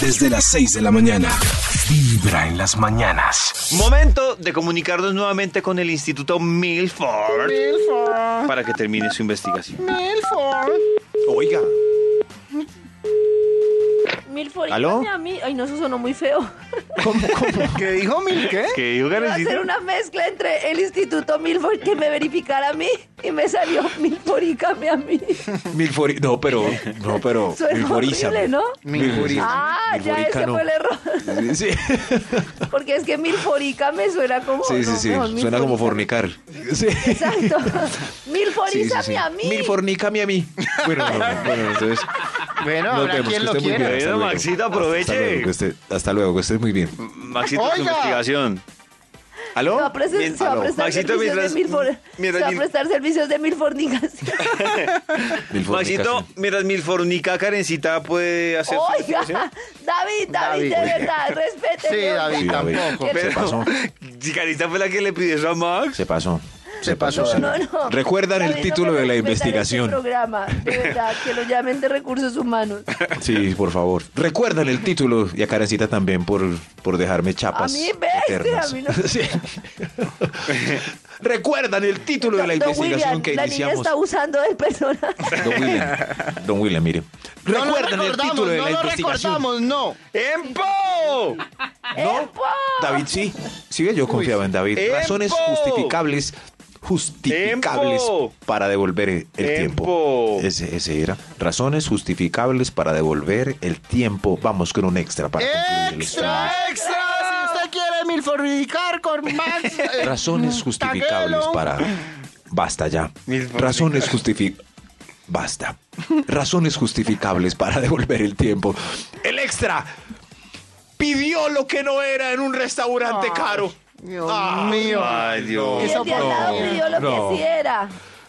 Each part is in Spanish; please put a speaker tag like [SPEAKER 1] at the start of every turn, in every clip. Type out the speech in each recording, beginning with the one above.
[SPEAKER 1] desde las 6 de la mañana. Vibra en las mañanas.
[SPEAKER 2] Momento de comunicarnos nuevamente con el Instituto Milford
[SPEAKER 3] Milford.
[SPEAKER 2] para que termine su investigación.
[SPEAKER 3] Milford.
[SPEAKER 2] Oiga,
[SPEAKER 4] Milford,
[SPEAKER 2] ¿Aló?
[SPEAKER 4] llame a mí. Ay, no, eso sonó muy feo. Va
[SPEAKER 3] ¿Qué dijo Mil qué?
[SPEAKER 2] ¿qué dijo
[SPEAKER 4] a hacer
[SPEAKER 2] Karencita?
[SPEAKER 4] una mezcla entre el Instituto Milford que me verificara a mí y me salió Milford y cambia a mí.
[SPEAKER 5] Milfori- no, pero, no, pero,
[SPEAKER 4] Suena horrible,
[SPEAKER 5] milforízame.
[SPEAKER 4] ¿no?
[SPEAKER 3] Milforica.
[SPEAKER 4] Ah, ya
[SPEAKER 5] Milforica
[SPEAKER 4] ese
[SPEAKER 5] no.
[SPEAKER 4] fue el error.
[SPEAKER 5] Sí,
[SPEAKER 4] Porque es que Milforica me suena como.
[SPEAKER 5] sí, sí,
[SPEAKER 4] no,
[SPEAKER 5] sí,
[SPEAKER 4] mejor
[SPEAKER 5] suena como
[SPEAKER 4] Milforica.
[SPEAKER 5] fornicar. Sí.
[SPEAKER 4] Exacto.
[SPEAKER 5] Sí,
[SPEAKER 4] Milforízame
[SPEAKER 5] sí, sí.
[SPEAKER 4] a mí.
[SPEAKER 5] Milfornicame a mí. Bueno, no, no, bueno, entonces.
[SPEAKER 3] Bueno,
[SPEAKER 5] nos
[SPEAKER 3] habrá
[SPEAKER 5] vemos,
[SPEAKER 3] quien
[SPEAKER 5] que
[SPEAKER 3] lo
[SPEAKER 5] esté muy bien,
[SPEAKER 3] quiera. ¿eh,
[SPEAKER 2] Bueno,
[SPEAKER 5] hasta luego.
[SPEAKER 2] Maxito,
[SPEAKER 5] Hasta
[SPEAKER 2] aproveche.
[SPEAKER 5] luego, que esté, hasta luego, que estés muy bien.
[SPEAKER 2] Maxito, su
[SPEAKER 3] Oiga.
[SPEAKER 2] investigación.
[SPEAKER 4] Se va
[SPEAKER 5] ¿Aló?
[SPEAKER 4] a prese-
[SPEAKER 2] Bien,
[SPEAKER 4] se va a
[SPEAKER 5] aló.
[SPEAKER 4] prestar
[SPEAKER 2] Maxito, mientras-
[SPEAKER 4] servicios de Milfor-
[SPEAKER 2] mientras
[SPEAKER 4] se va a
[SPEAKER 2] Mil-
[SPEAKER 4] prestar servicios de Milfornicación.
[SPEAKER 5] Milfornicación.
[SPEAKER 2] Maxito, mientras Milfornica Karencita puede hacer su investigación.
[SPEAKER 4] Oiga, David, David, de
[SPEAKER 3] David.
[SPEAKER 4] verdad, respete.
[SPEAKER 3] Sí,
[SPEAKER 4] Dios.
[SPEAKER 3] David,
[SPEAKER 5] Sí, David.
[SPEAKER 3] tampoco.
[SPEAKER 4] Pero-
[SPEAKER 5] Se pasó,
[SPEAKER 2] Si Karencita fue la que le pidió eso a Max.
[SPEAKER 5] se pasó. Se pasó. ¿eh?
[SPEAKER 3] pasó.
[SPEAKER 5] sí.
[SPEAKER 4] No, no.
[SPEAKER 5] ¿Recuerdan el
[SPEAKER 4] David, no
[SPEAKER 5] título
[SPEAKER 4] me
[SPEAKER 5] de la
[SPEAKER 4] respetan
[SPEAKER 5] investigación?
[SPEAKER 4] Este programa, de verdad, que lo llamen de recursos humanos.
[SPEAKER 5] Sí, por favor. Recuerdan el título y a Karencita también por, por dejarme chapas.
[SPEAKER 4] A mí, bestia,
[SPEAKER 5] eternas.
[SPEAKER 4] a mí no.
[SPEAKER 5] Sí. Recuerdan el título de la
[SPEAKER 4] Don
[SPEAKER 5] investigación
[SPEAKER 4] William,
[SPEAKER 5] que
[SPEAKER 4] la niña
[SPEAKER 5] iniciamos.
[SPEAKER 4] está usando del personaje.
[SPEAKER 5] Don William, Don William, mire.
[SPEAKER 3] No lo
[SPEAKER 5] Recuerdan el
[SPEAKER 3] recordamos,
[SPEAKER 5] título de
[SPEAKER 3] no
[SPEAKER 5] la
[SPEAKER 3] lo
[SPEAKER 5] investigación.
[SPEAKER 3] recordamos, no.
[SPEAKER 2] ¡Empo!
[SPEAKER 5] No,
[SPEAKER 4] ¡Epo!
[SPEAKER 5] David sí. Sí, ve, yo confiaba en David.
[SPEAKER 2] ¡Tiempo!
[SPEAKER 5] Razones justificables, justificables
[SPEAKER 2] ¡Tiempo!
[SPEAKER 5] para devolver el
[SPEAKER 2] ¡Tiempo!
[SPEAKER 5] tiempo. Ese, ese era. Razones justificables para devolver el tiempo. Vamos con un extra para concluir el
[SPEAKER 3] ¡Extra,
[SPEAKER 5] estudio.
[SPEAKER 3] extra! Si usted quiere milfornicar con Max. eh,
[SPEAKER 5] Razones justificables
[SPEAKER 3] taquelo.
[SPEAKER 5] para. Basta ya.
[SPEAKER 2] Mil por-
[SPEAKER 5] Razones justificables. Basta. Razones justificables para devolver el tiempo. El extra pidió lo que no era en un restaurante caro.
[SPEAKER 3] Dios
[SPEAKER 5] Ah,
[SPEAKER 3] mío.
[SPEAKER 2] Ay, Dios.
[SPEAKER 4] Y el
[SPEAKER 3] Eso
[SPEAKER 4] de al
[SPEAKER 3] por
[SPEAKER 4] lado
[SPEAKER 3] favor.
[SPEAKER 4] pidió lo
[SPEAKER 5] No.
[SPEAKER 4] que sí era.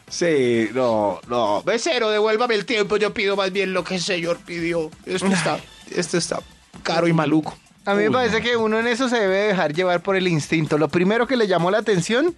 [SPEAKER 5] Sí, no, no.
[SPEAKER 6] Mesero, devuélvame el tiempo, yo pido más bien lo que el señor pidió. Esto está, esto está caro y maluco.
[SPEAKER 3] A mí me parece que uno en eso se debe dejar llevar por el instinto. Lo primero que le llamó la atención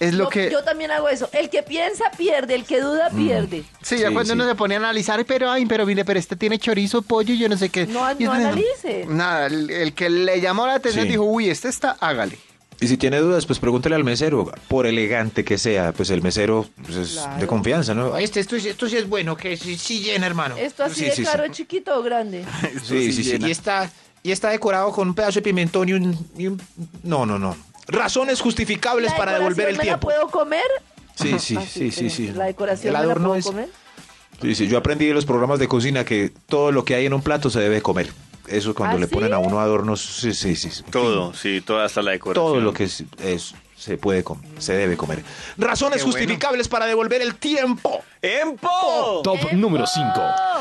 [SPEAKER 3] es lo
[SPEAKER 4] yo,
[SPEAKER 3] que...
[SPEAKER 4] yo también hago eso. El que piensa pierde, el que duda
[SPEAKER 5] Mm.
[SPEAKER 4] pierde.
[SPEAKER 3] Sí, ya
[SPEAKER 5] Sí,
[SPEAKER 3] cuando
[SPEAKER 5] sí.
[SPEAKER 3] uno se pone a analizar, "Ay, pero ay, pero mire, pero este tiene chorizo, pollo, y yo no sé qué.
[SPEAKER 4] No,
[SPEAKER 3] Y
[SPEAKER 4] no
[SPEAKER 3] es-
[SPEAKER 4] analice.
[SPEAKER 3] Nada, el, el que le llamó la atención
[SPEAKER 5] Sí.
[SPEAKER 3] dijo, uy, este está, hágale.
[SPEAKER 5] Y si tiene dudas, pues pregúntele al mesero, por elegante que sea, pues el mesero pues, es de confianza, ¿no?
[SPEAKER 6] Este, esto, sí- esto sí es bueno, que sí, sí llena, hermano.
[SPEAKER 4] Esto así
[SPEAKER 5] Sí,
[SPEAKER 4] de
[SPEAKER 5] sí, sí.
[SPEAKER 4] caro, chiquito o grande.
[SPEAKER 5] sí, sí, sí.
[SPEAKER 6] Y está,
[SPEAKER 5] Y está decorado con un pedazo de pimentón y un... y un- No, no, no. Razones justificables
[SPEAKER 4] ¿La
[SPEAKER 5] para devolver
[SPEAKER 4] decoración
[SPEAKER 5] el
[SPEAKER 4] me
[SPEAKER 5] tiempo.
[SPEAKER 4] la puedo comer?
[SPEAKER 5] Sí, sí,
[SPEAKER 4] Ah,
[SPEAKER 5] sí, sí,
[SPEAKER 4] pero
[SPEAKER 5] sí.
[SPEAKER 4] ¿La decoración me
[SPEAKER 5] El
[SPEAKER 4] la
[SPEAKER 5] adorno
[SPEAKER 4] puedo
[SPEAKER 5] es-
[SPEAKER 4] comer?
[SPEAKER 5] Sí, sí, yo aprendí de los programas de cocina que todo lo que hay en un plato se debe comer. Eso cuando
[SPEAKER 4] ¿Ah,
[SPEAKER 5] le
[SPEAKER 4] sí?
[SPEAKER 5] ponen a uno adornos, sí, sí, sí. sí.
[SPEAKER 2] Todo, sí, toda hasta la decoración.
[SPEAKER 5] Todo lo que es, es- se puede comer, se debe comer. Razones justificables para devolver el tiempo.
[SPEAKER 2] ¡Empo!
[SPEAKER 7] Top número 5.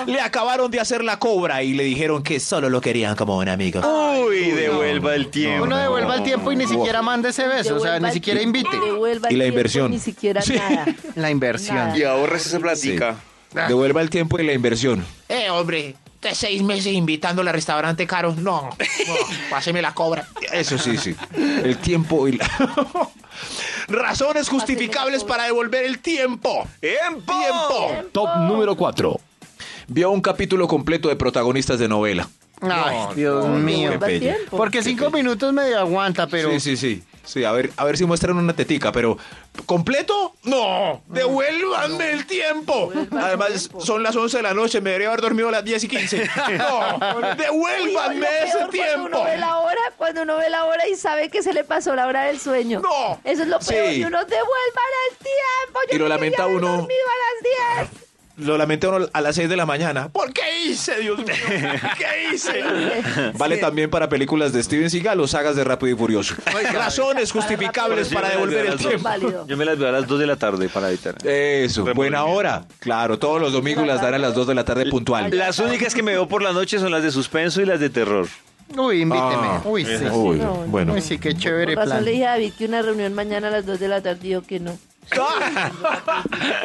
[SPEAKER 5] Le acabaron de hacer la cobra y le dijeron que solo lo querían como un amigo.
[SPEAKER 2] Uy, devuelva el tiempo.
[SPEAKER 3] Uno devuelva el tiempo y ni
[SPEAKER 5] Wow.
[SPEAKER 3] siquiera mande ese beso, o sea,
[SPEAKER 4] Devuelva
[SPEAKER 3] ni
[SPEAKER 4] el
[SPEAKER 3] siquiera
[SPEAKER 4] tiempo,
[SPEAKER 3] invite.
[SPEAKER 4] devuelva
[SPEAKER 5] Y
[SPEAKER 4] el
[SPEAKER 5] la
[SPEAKER 4] tiempo,
[SPEAKER 5] inversión.
[SPEAKER 4] Ni siquiera
[SPEAKER 5] Sí.
[SPEAKER 4] nada.
[SPEAKER 3] La inversión.
[SPEAKER 4] Nada.
[SPEAKER 2] Y ahorres esa platica.
[SPEAKER 5] Devuelva el tiempo y la inversión.
[SPEAKER 6] eh, hombre, de seis meses invitándola al restaurante caro. No, no, páseme la cobra.
[SPEAKER 5] Eso sí, sí. El tiempo y la... Razones justificables para devolver el tiempo.
[SPEAKER 2] ¡Empo!
[SPEAKER 5] Tiempo.
[SPEAKER 7] Top número 4.
[SPEAKER 5] Vio un capítulo completo de protagonistas de novela.
[SPEAKER 3] Ay, Dios mío.
[SPEAKER 4] Devuelva el
[SPEAKER 5] Pelle.
[SPEAKER 4] tiempo.
[SPEAKER 3] Porque cinco minutos medio aguanta, pero...
[SPEAKER 5] Sí, sí, sí. Sí, a ver, a ver si muestran una tetica, pero ¿completo? No, devuélvanme el tiempo.
[SPEAKER 4] Devuélvanme el
[SPEAKER 5] Además,
[SPEAKER 4] tiempo.
[SPEAKER 5] son las 11 de la noche, me debería haber dormido a las 10 y 15. No,
[SPEAKER 4] Uy, no,
[SPEAKER 5] devuélvanme
[SPEAKER 4] lo
[SPEAKER 5] ese
[SPEAKER 4] peor Cuando
[SPEAKER 5] tiempo.
[SPEAKER 4] uno ve la hora, cuando uno ve la hora y sabe que se le pasó la hora del sueño.
[SPEAKER 5] No.
[SPEAKER 4] Eso es lo
[SPEAKER 5] Sí.
[SPEAKER 4] peor. Y uno devuelvan el tiempo. Yo
[SPEAKER 5] Y lo
[SPEAKER 4] no
[SPEAKER 5] lamenta
[SPEAKER 4] quería haber
[SPEAKER 5] uno.
[SPEAKER 4] dormido a las 10.
[SPEAKER 5] Lo lamento a uno a las 6 de la mañana. ¿Por qué hice, Dios mío? ¿Qué hice? Vale también para películas de Steven Seagal o sagas de Rápido y Furioso. Razones justificables para devolver el tiempo. Eh,
[SPEAKER 4] Válido.
[SPEAKER 2] Yo me las veo a las 2 de la tarde para editar.
[SPEAKER 5] Eso, buena hora. Claro, todos los domingos las dan a las 2 de la tarde eh, puntual.
[SPEAKER 2] Las únicas que me veo por la noche son las de suspenso y las de terror.
[SPEAKER 3] Uy, invíteme.
[SPEAKER 5] Ah,
[SPEAKER 3] uy, sí.
[SPEAKER 5] Uy,
[SPEAKER 4] No, no.
[SPEAKER 5] bueno.
[SPEAKER 3] Uy, sí, qué
[SPEAKER 4] Por
[SPEAKER 3] chévere
[SPEAKER 4] razón
[SPEAKER 3] plan.
[SPEAKER 4] le dije a David que una reunión mañana a las 2 de la tarde dijo que no.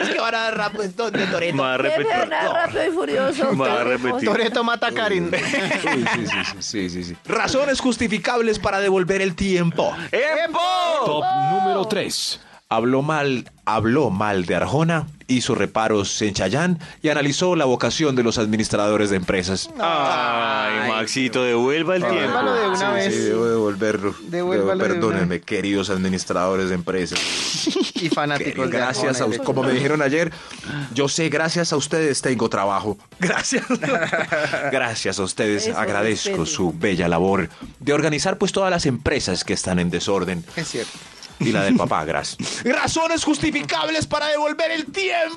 [SPEAKER 6] Es que ahora rap, ¿dónde,
[SPEAKER 3] Eh,
[SPEAKER 6] Toreto?
[SPEAKER 2] Me va a
[SPEAKER 4] Qué
[SPEAKER 2] repetir.
[SPEAKER 4] pena, rápido y furioso.
[SPEAKER 2] Me va a repetir.
[SPEAKER 3] Toreto mata a Karin.
[SPEAKER 5] Uy, sí, sí, sí, sí, sí, sí. Razones justificables para devolver el tiempo.
[SPEAKER 2] ¡Empo!
[SPEAKER 7] Top número 3.
[SPEAKER 5] Habló mal, habló mal de Arjona, hizo reparos en Chayán y analizó la vocación de los administradores de empresas.
[SPEAKER 2] Ay, Maxito, devuelva el tiempo.
[SPEAKER 3] Devuélvalo de una vez.
[SPEAKER 5] debo devolverlo.
[SPEAKER 3] Devuélvalo de una
[SPEAKER 5] perdónenme, queridos administradores de empresas.
[SPEAKER 3] Y fanáticos. de
[SPEAKER 5] Gracias
[SPEAKER 3] Arjona
[SPEAKER 5] a
[SPEAKER 3] y
[SPEAKER 5] ustedes.
[SPEAKER 3] de-
[SPEAKER 5] Como me dijeron ayer, yo sé, gracias a ustedes tengo trabajo. Gracias. Gracias a ustedes.
[SPEAKER 4] Eso,
[SPEAKER 5] Agradezco
[SPEAKER 4] respete.
[SPEAKER 5] su bella labor de organizar pues todas las empresas que están en desorden.
[SPEAKER 3] Es cierto.
[SPEAKER 5] Y la del papá, gracias. Razones justificables para devolver el tiempo.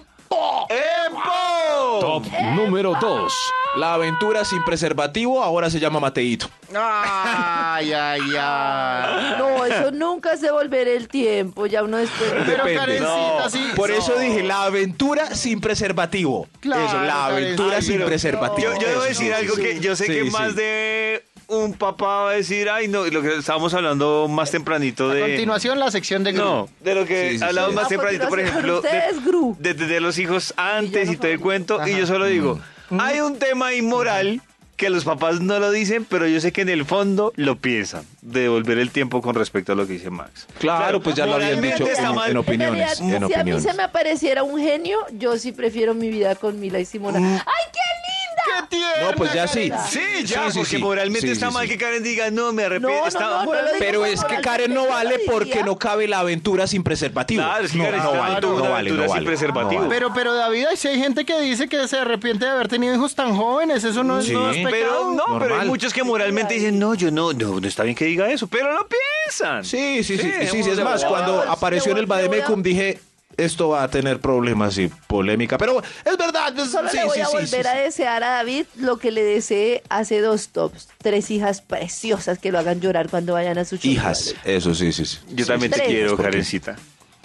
[SPEAKER 7] Top número 2.
[SPEAKER 5] La aventura sin preservativo ahora se llama Mateito.
[SPEAKER 3] Ay, ay, ay.
[SPEAKER 4] No, eso nunca es devolver el tiempo. Ya uno después.
[SPEAKER 3] Pero
[SPEAKER 5] Depende.
[SPEAKER 3] Karencita, sí.
[SPEAKER 5] Por
[SPEAKER 3] no.
[SPEAKER 5] eso dije, la aventura sin preservativo.
[SPEAKER 3] Claro,
[SPEAKER 5] Eso, la
[SPEAKER 3] Karen,
[SPEAKER 5] aventura
[SPEAKER 3] ay,
[SPEAKER 5] sin
[SPEAKER 3] pero-
[SPEAKER 5] preservativo.
[SPEAKER 2] Yo, yo debo
[SPEAKER 5] Eso,
[SPEAKER 2] decir
[SPEAKER 5] sí,
[SPEAKER 2] algo
[SPEAKER 5] sí,
[SPEAKER 2] que yo sé
[SPEAKER 5] sí,
[SPEAKER 2] que
[SPEAKER 5] sí.
[SPEAKER 2] más de un papá va a decir, ay, no, y lo que estábamos hablando más tempranito
[SPEAKER 3] A
[SPEAKER 2] de...
[SPEAKER 3] continuación, la sección de
[SPEAKER 2] No,
[SPEAKER 3] grupo.
[SPEAKER 2] de lo que
[SPEAKER 5] Sí, sí,
[SPEAKER 2] hablamos
[SPEAKER 5] sí. Ah,
[SPEAKER 2] más
[SPEAKER 4] A
[SPEAKER 2] tempranito, por
[SPEAKER 4] continuación
[SPEAKER 2] ejemplo,
[SPEAKER 4] con ustedes, Gru.
[SPEAKER 2] de, de- de los hijos antes
[SPEAKER 4] no
[SPEAKER 2] y todo el
[SPEAKER 4] sabemos.
[SPEAKER 2] cuento, y yo solo digo,
[SPEAKER 5] Mm.
[SPEAKER 2] hay un tema inmoral que los papás no lo dicen, pero yo sé que en el fondo lo piensan, de devolver el tiempo con respecto a lo que dice Max.
[SPEAKER 5] Claro, pues ya lo habían
[SPEAKER 2] moralmente
[SPEAKER 5] dicho
[SPEAKER 2] está
[SPEAKER 5] en,
[SPEAKER 2] mal.
[SPEAKER 5] en opiniones.
[SPEAKER 4] En realidad,
[SPEAKER 5] en
[SPEAKER 4] si a mí
[SPEAKER 5] opiniones.
[SPEAKER 4] se me apareciera un genio, yo sí prefiero mi vida con Mila y
[SPEAKER 5] Uh.
[SPEAKER 4] Simona. ¡Ay, qué linda!
[SPEAKER 5] No, pues ya sí.
[SPEAKER 2] Sí, ya,
[SPEAKER 5] Sí, sí,
[SPEAKER 2] porque
[SPEAKER 5] sí.
[SPEAKER 2] moralmente
[SPEAKER 5] Sí,
[SPEAKER 2] está
[SPEAKER 5] sí,
[SPEAKER 2] mal
[SPEAKER 5] sí.
[SPEAKER 2] que Karen diga, no, me
[SPEAKER 4] No,
[SPEAKER 2] arrepiento.
[SPEAKER 4] no,
[SPEAKER 2] está
[SPEAKER 4] no, no lo
[SPEAKER 2] moral-
[SPEAKER 4] digo
[SPEAKER 5] Pero
[SPEAKER 4] por
[SPEAKER 5] es que
[SPEAKER 4] moral,
[SPEAKER 5] Karen no
[SPEAKER 4] yo
[SPEAKER 5] vale
[SPEAKER 4] lo
[SPEAKER 5] porque
[SPEAKER 4] diría.
[SPEAKER 5] no cabe la aventura sin preservativo.
[SPEAKER 2] Claro, es que
[SPEAKER 5] no,
[SPEAKER 2] Karen
[SPEAKER 5] no
[SPEAKER 2] está
[SPEAKER 5] vale,
[SPEAKER 2] tuvo
[SPEAKER 5] no
[SPEAKER 2] una
[SPEAKER 5] vale, no
[SPEAKER 2] aventura sin
[SPEAKER 5] vale.
[SPEAKER 2] preservativo.
[SPEAKER 5] No vale.
[SPEAKER 3] Pero, pero David, si hay gente que dice que se arrepiente de haber tenido hijos tan jóvenes, eso no, es-
[SPEAKER 5] Sí.
[SPEAKER 3] no es pecado.
[SPEAKER 2] Pero no, pero hay
[SPEAKER 5] Normal.
[SPEAKER 2] muchos que moralmente dicen, no, yo no, no, no está bien que diga eso, pero lo piensan.
[SPEAKER 5] Sí, sí, sí.
[SPEAKER 2] Sí,
[SPEAKER 5] Sí, sí, es
[SPEAKER 2] uno
[SPEAKER 5] más,
[SPEAKER 2] se va.
[SPEAKER 5] cuando
[SPEAKER 4] Sí,
[SPEAKER 5] apareció en el
[SPEAKER 4] le voy a-
[SPEAKER 5] Bademecum dije, esto va a tener problemas y polémica. Pero es verdad. es-
[SPEAKER 4] Solo
[SPEAKER 5] sí,
[SPEAKER 4] le voy
[SPEAKER 5] sí,
[SPEAKER 4] a
[SPEAKER 5] sí,
[SPEAKER 4] volver
[SPEAKER 5] sí,
[SPEAKER 4] a desear a David lo que le deseé hace dos tops. Tres hijas preciosas que lo hagan llorar cuando vayan a su
[SPEAKER 5] sí.
[SPEAKER 4] show.
[SPEAKER 5] Hijas, eso sí, sí, sí.
[SPEAKER 2] Yo también te
[SPEAKER 4] Tres.
[SPEAKER 2] quiero,
[SPEAKER 5] ¿Por qué?
[SPEAKER 2] Karencita.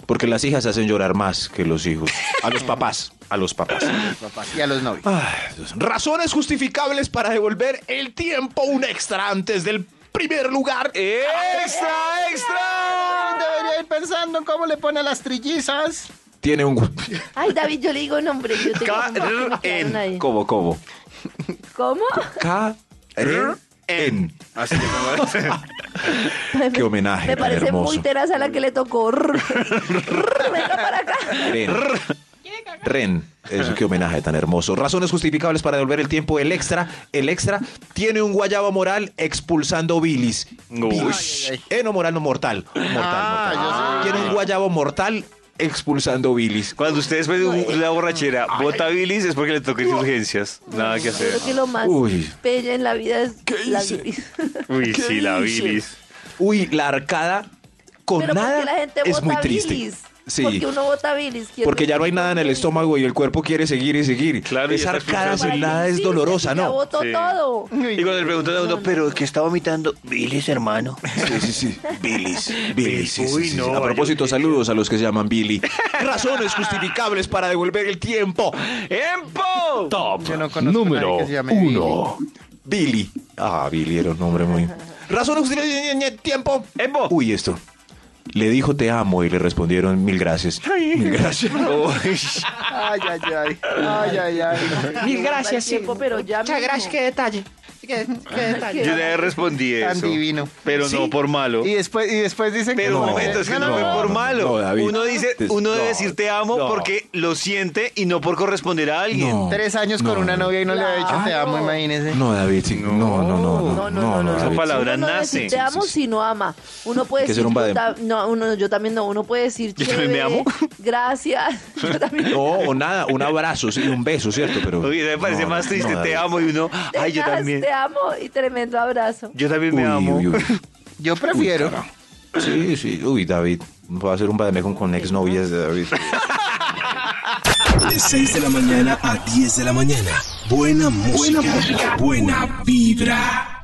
[SPEAKER 5] Porque las hijas hacen llorar más que los hijos. A los papás, a los papás.
[SPEAKER 3] Y a los novios.
[SPEAKER 5] Ay, Dios. Razones justificables para devolver el tiempo un extra antes del primer lugar.
[SPEAKER 2] ¡Extra, extra!
[SPEAKER 3] Debería ir pensando en cómo le pone a las trillizas.
[SPEAKER 5] Tiene un... gu-
[SPEAKER 4] Ay, David, yo le digo nombre. Yo tengo unos que me quedaron ahí.
[SPEAKER 2] Karen. ¿Cómo, cómo?
[SPEAKER 4] ¿Cómo?
[SPEAKER 5] K en.
[SPEAKER 2] Así que no me-
[SPEAKER 5] Qué homenaje
[SPEAKER 4] Me
[SPEAKER 5] tan
[SPEAKER 4] parece muy
[SPEAKER 5] hermoso.
[SPEAKER 4] terasa la que le tocó. Venga para acá.
[SPEAKER 5] Ren. Ren. Eso, qué homenaje tan hermoso. Razones justificables para devolver el tiempo. El extra, el extra, tiene un guayaba moral expulsando bilis.
[SPEAKER 2] Uy.
[SPEAKER 5] Bilis. Eno moral, no mortal. Mortal, mortal.
[SPEAKER 3] Ah,
[SPEAKER 5] Tiene un guayabo mortal expulsando bilis.
[SPEAKER 2] Cuando ustedes ven un- la borrachera, bota bilis es porque le toqué urgencias. Nada que hacer.
[SPEAKER 4] Creo que lo más
[SPEAKER 5] Uy.
[SPEAKER 4] bella en la vida es la bilis.
[SPEAKER 2] Uy, sí, la bilis.
[SPEAKER 5] Uy, la arcada con
[SPEAKER 4] Pero ¿por
[SPEAKER 5] nada
[SPEAKER 4] qué la gente
[SPEAKER 5] es
[SPEAKER 4] vota
[SPEAKER 5] muy triste.
[SPEAKER 4] bilis?
[SPEAKER 5] Sí.
[SPEAKER 4] Porque uno vota bilis. ¿Quién
[SPEAKER 5] Porque
[SPEAKER 4] no
[SPEAKER 5] ya no hay
[SPEAKER 4] vota
[SPEAKER 5] nada en el
[SPEAKER 4] bilis?
[SPEAKER 5] estómago y el cuerpo quiere seguir y seguir.
[SPEAKER 2] Claro, y está
[SPEAKER 5] Esa arcada
[SPEAKER 2] expulsando-
[SPEAKER 5] sin
[SPEAKER 4] Para
[SPEAKER 5] nada es
[SPEAKER 4] bilis,
[SPEAKER 5] dolorosa,
[SPEAKER 4] ya
[SPEAKER 5] ¿no?
[SPEAKER 4] votó
[SPEAKER 2] Sí.
[SPEAKER 4] todo.
[SPEAKER 2] Y cuando le preguntan a uno, ¿pero que está vomitando? Bilis, hermano.
[SPEAKER 5] Sí, sí, sí. Bilis. Bilis. sí, sí,
[SPEAKER 2] Uy,
[SPEAKER 5] sí, sí.
[SPEAKER 2] no,
[SPEAKER 5] A propósito,
[SPEAKER 2] yo-
[SPEAKER 5] saludos a los que se llaman Billy. Razones justificables para devolver el tiempo.
[SPEAKER 2] ¡Empo!
[SPEAKER 7] Top
[SPEAKER 3] Yo no conozco a nadie
[SPEAKER 7] número
[SPEAKER 3] que se llame
[SPEAKER 7] 1.
[SPEAKER 5] Billy. Ah, Billy era un nombre muy. Razones justificables. Tiempo.
[SPEAKER 2] ¡Empo!
[SPEAKER 5] Uy, esto. Le dijo te amo y le respondieron mil gracias. Mil gracias.
[SPEAKER 3] Ay, ay, ay. Ay, ay, ay.
[SPEAKER 4] Mil gracias, tiempo, pero ya
[SPEAKER 6] Muchas
[SPEAKER 4] mismo.
[SPEAKER 6] gracias, qué detalle. Qué, qué detalle.
[SPEAKER 2] Yo le respondí eso.
[SPEAKER 3] Tan divino.
[SPEAKER 2] Pero no por malo.
[SPEAKER 3] Y después, y después dicen
[SPEAKER 2] Pero un
[SPEAKER 5] No,
[SPEAKER 2] momento, es que no,
[SPEAKER 5] no,
[SPEAKER 2] fue por
[SPEAKER 5] no,
[SPEAKER 2] malo.
[SPEAKER 5] no, David.
[SPEAKER 2] uno dice,
[SPEAKER 5] Te-
[SPEAKER 2] uno debe
[SPEAKER 5] no,
[SPEAKER 2] decir te amo
[SPEAKER 5] no.
[SPEAKER 2] porque lo siente y no por corresponder a alguien.
[SPEAKER 5] No.
[SPEAKER 3] Tres años
[SPEAKER 5] No,
[SPEAKER 3] con una
[SPEAKER 5] no.
[SPEAKER 3] novia y no le ha dicho te
[SPEAKER 4] Claro.
[SPEAKER 3] amo, imagínese.
[SPEAKER 5] No, David. sí. No, no,
[SPEAKER 4] No,
[SPEAKER 5] no. No, no,
[SPEAKER 4] no, no, no,
[SPEAKER 5] David,
[SPEAKER 2] Esa
[SPEAKER 5] sí.
[SPEAKER 2] palabra
[SPEAKER 4] Uno no
[SPEAKER 2] nace.
[SPEAKER 4] decir, te amo si no ama. Uno puede
[SPEAKER 5] Hay que
[SPEAKER 4] decir.
[SPEAKER 5] ser un
[SPEAKER 4] yo
[SPEAKER 5] badem.
[SPEAKER 4] ta- no, uno, yo también no. Uno puede decir.
[SPEAKER 2] Yo también
[SPEAKER 4] chévere,
[SPEAKER 2] me amo.
[SPEAKER 4] Gracias. Yo también.
[SPEAKER 5] No, o nada, un abrazo, sí, un beso, ¿cierto? Pero.
[SPEAKER 2] Oye, me parece
[SPEAKER 5] no,
[SPEAKER 2] más
[SPEAKER 5] no,
[SPEAKER 2] triste,
[SPEAKER 5] no,
[SPEAKER 2] te
[SPEAKER 5] David.
[SPEAKER 2] amo y uno,
[SPEAKER 4] Te
[SPEAKER 2] ay, yo
[SPEAKER 4] das,
[SPEAKER 2] también.
[SPEAKER 4] Te amo y tremendo abrazo.
[SPEAKER 2] Yo también me
[SPEAKER 5] Uy,
[SPEAKER 2] amo.
[SPEAKER 5] uy, uy.
[SPEAKER 3] Yo prefiero.
[SPEAKER 5] carajo. Sí, sí. Uy, David. Va a ser un bademecum con exnovias de David.
[SPEAKER 1] De 6 de la mañana a 10 de la mañana. Buena música. Buena vibra.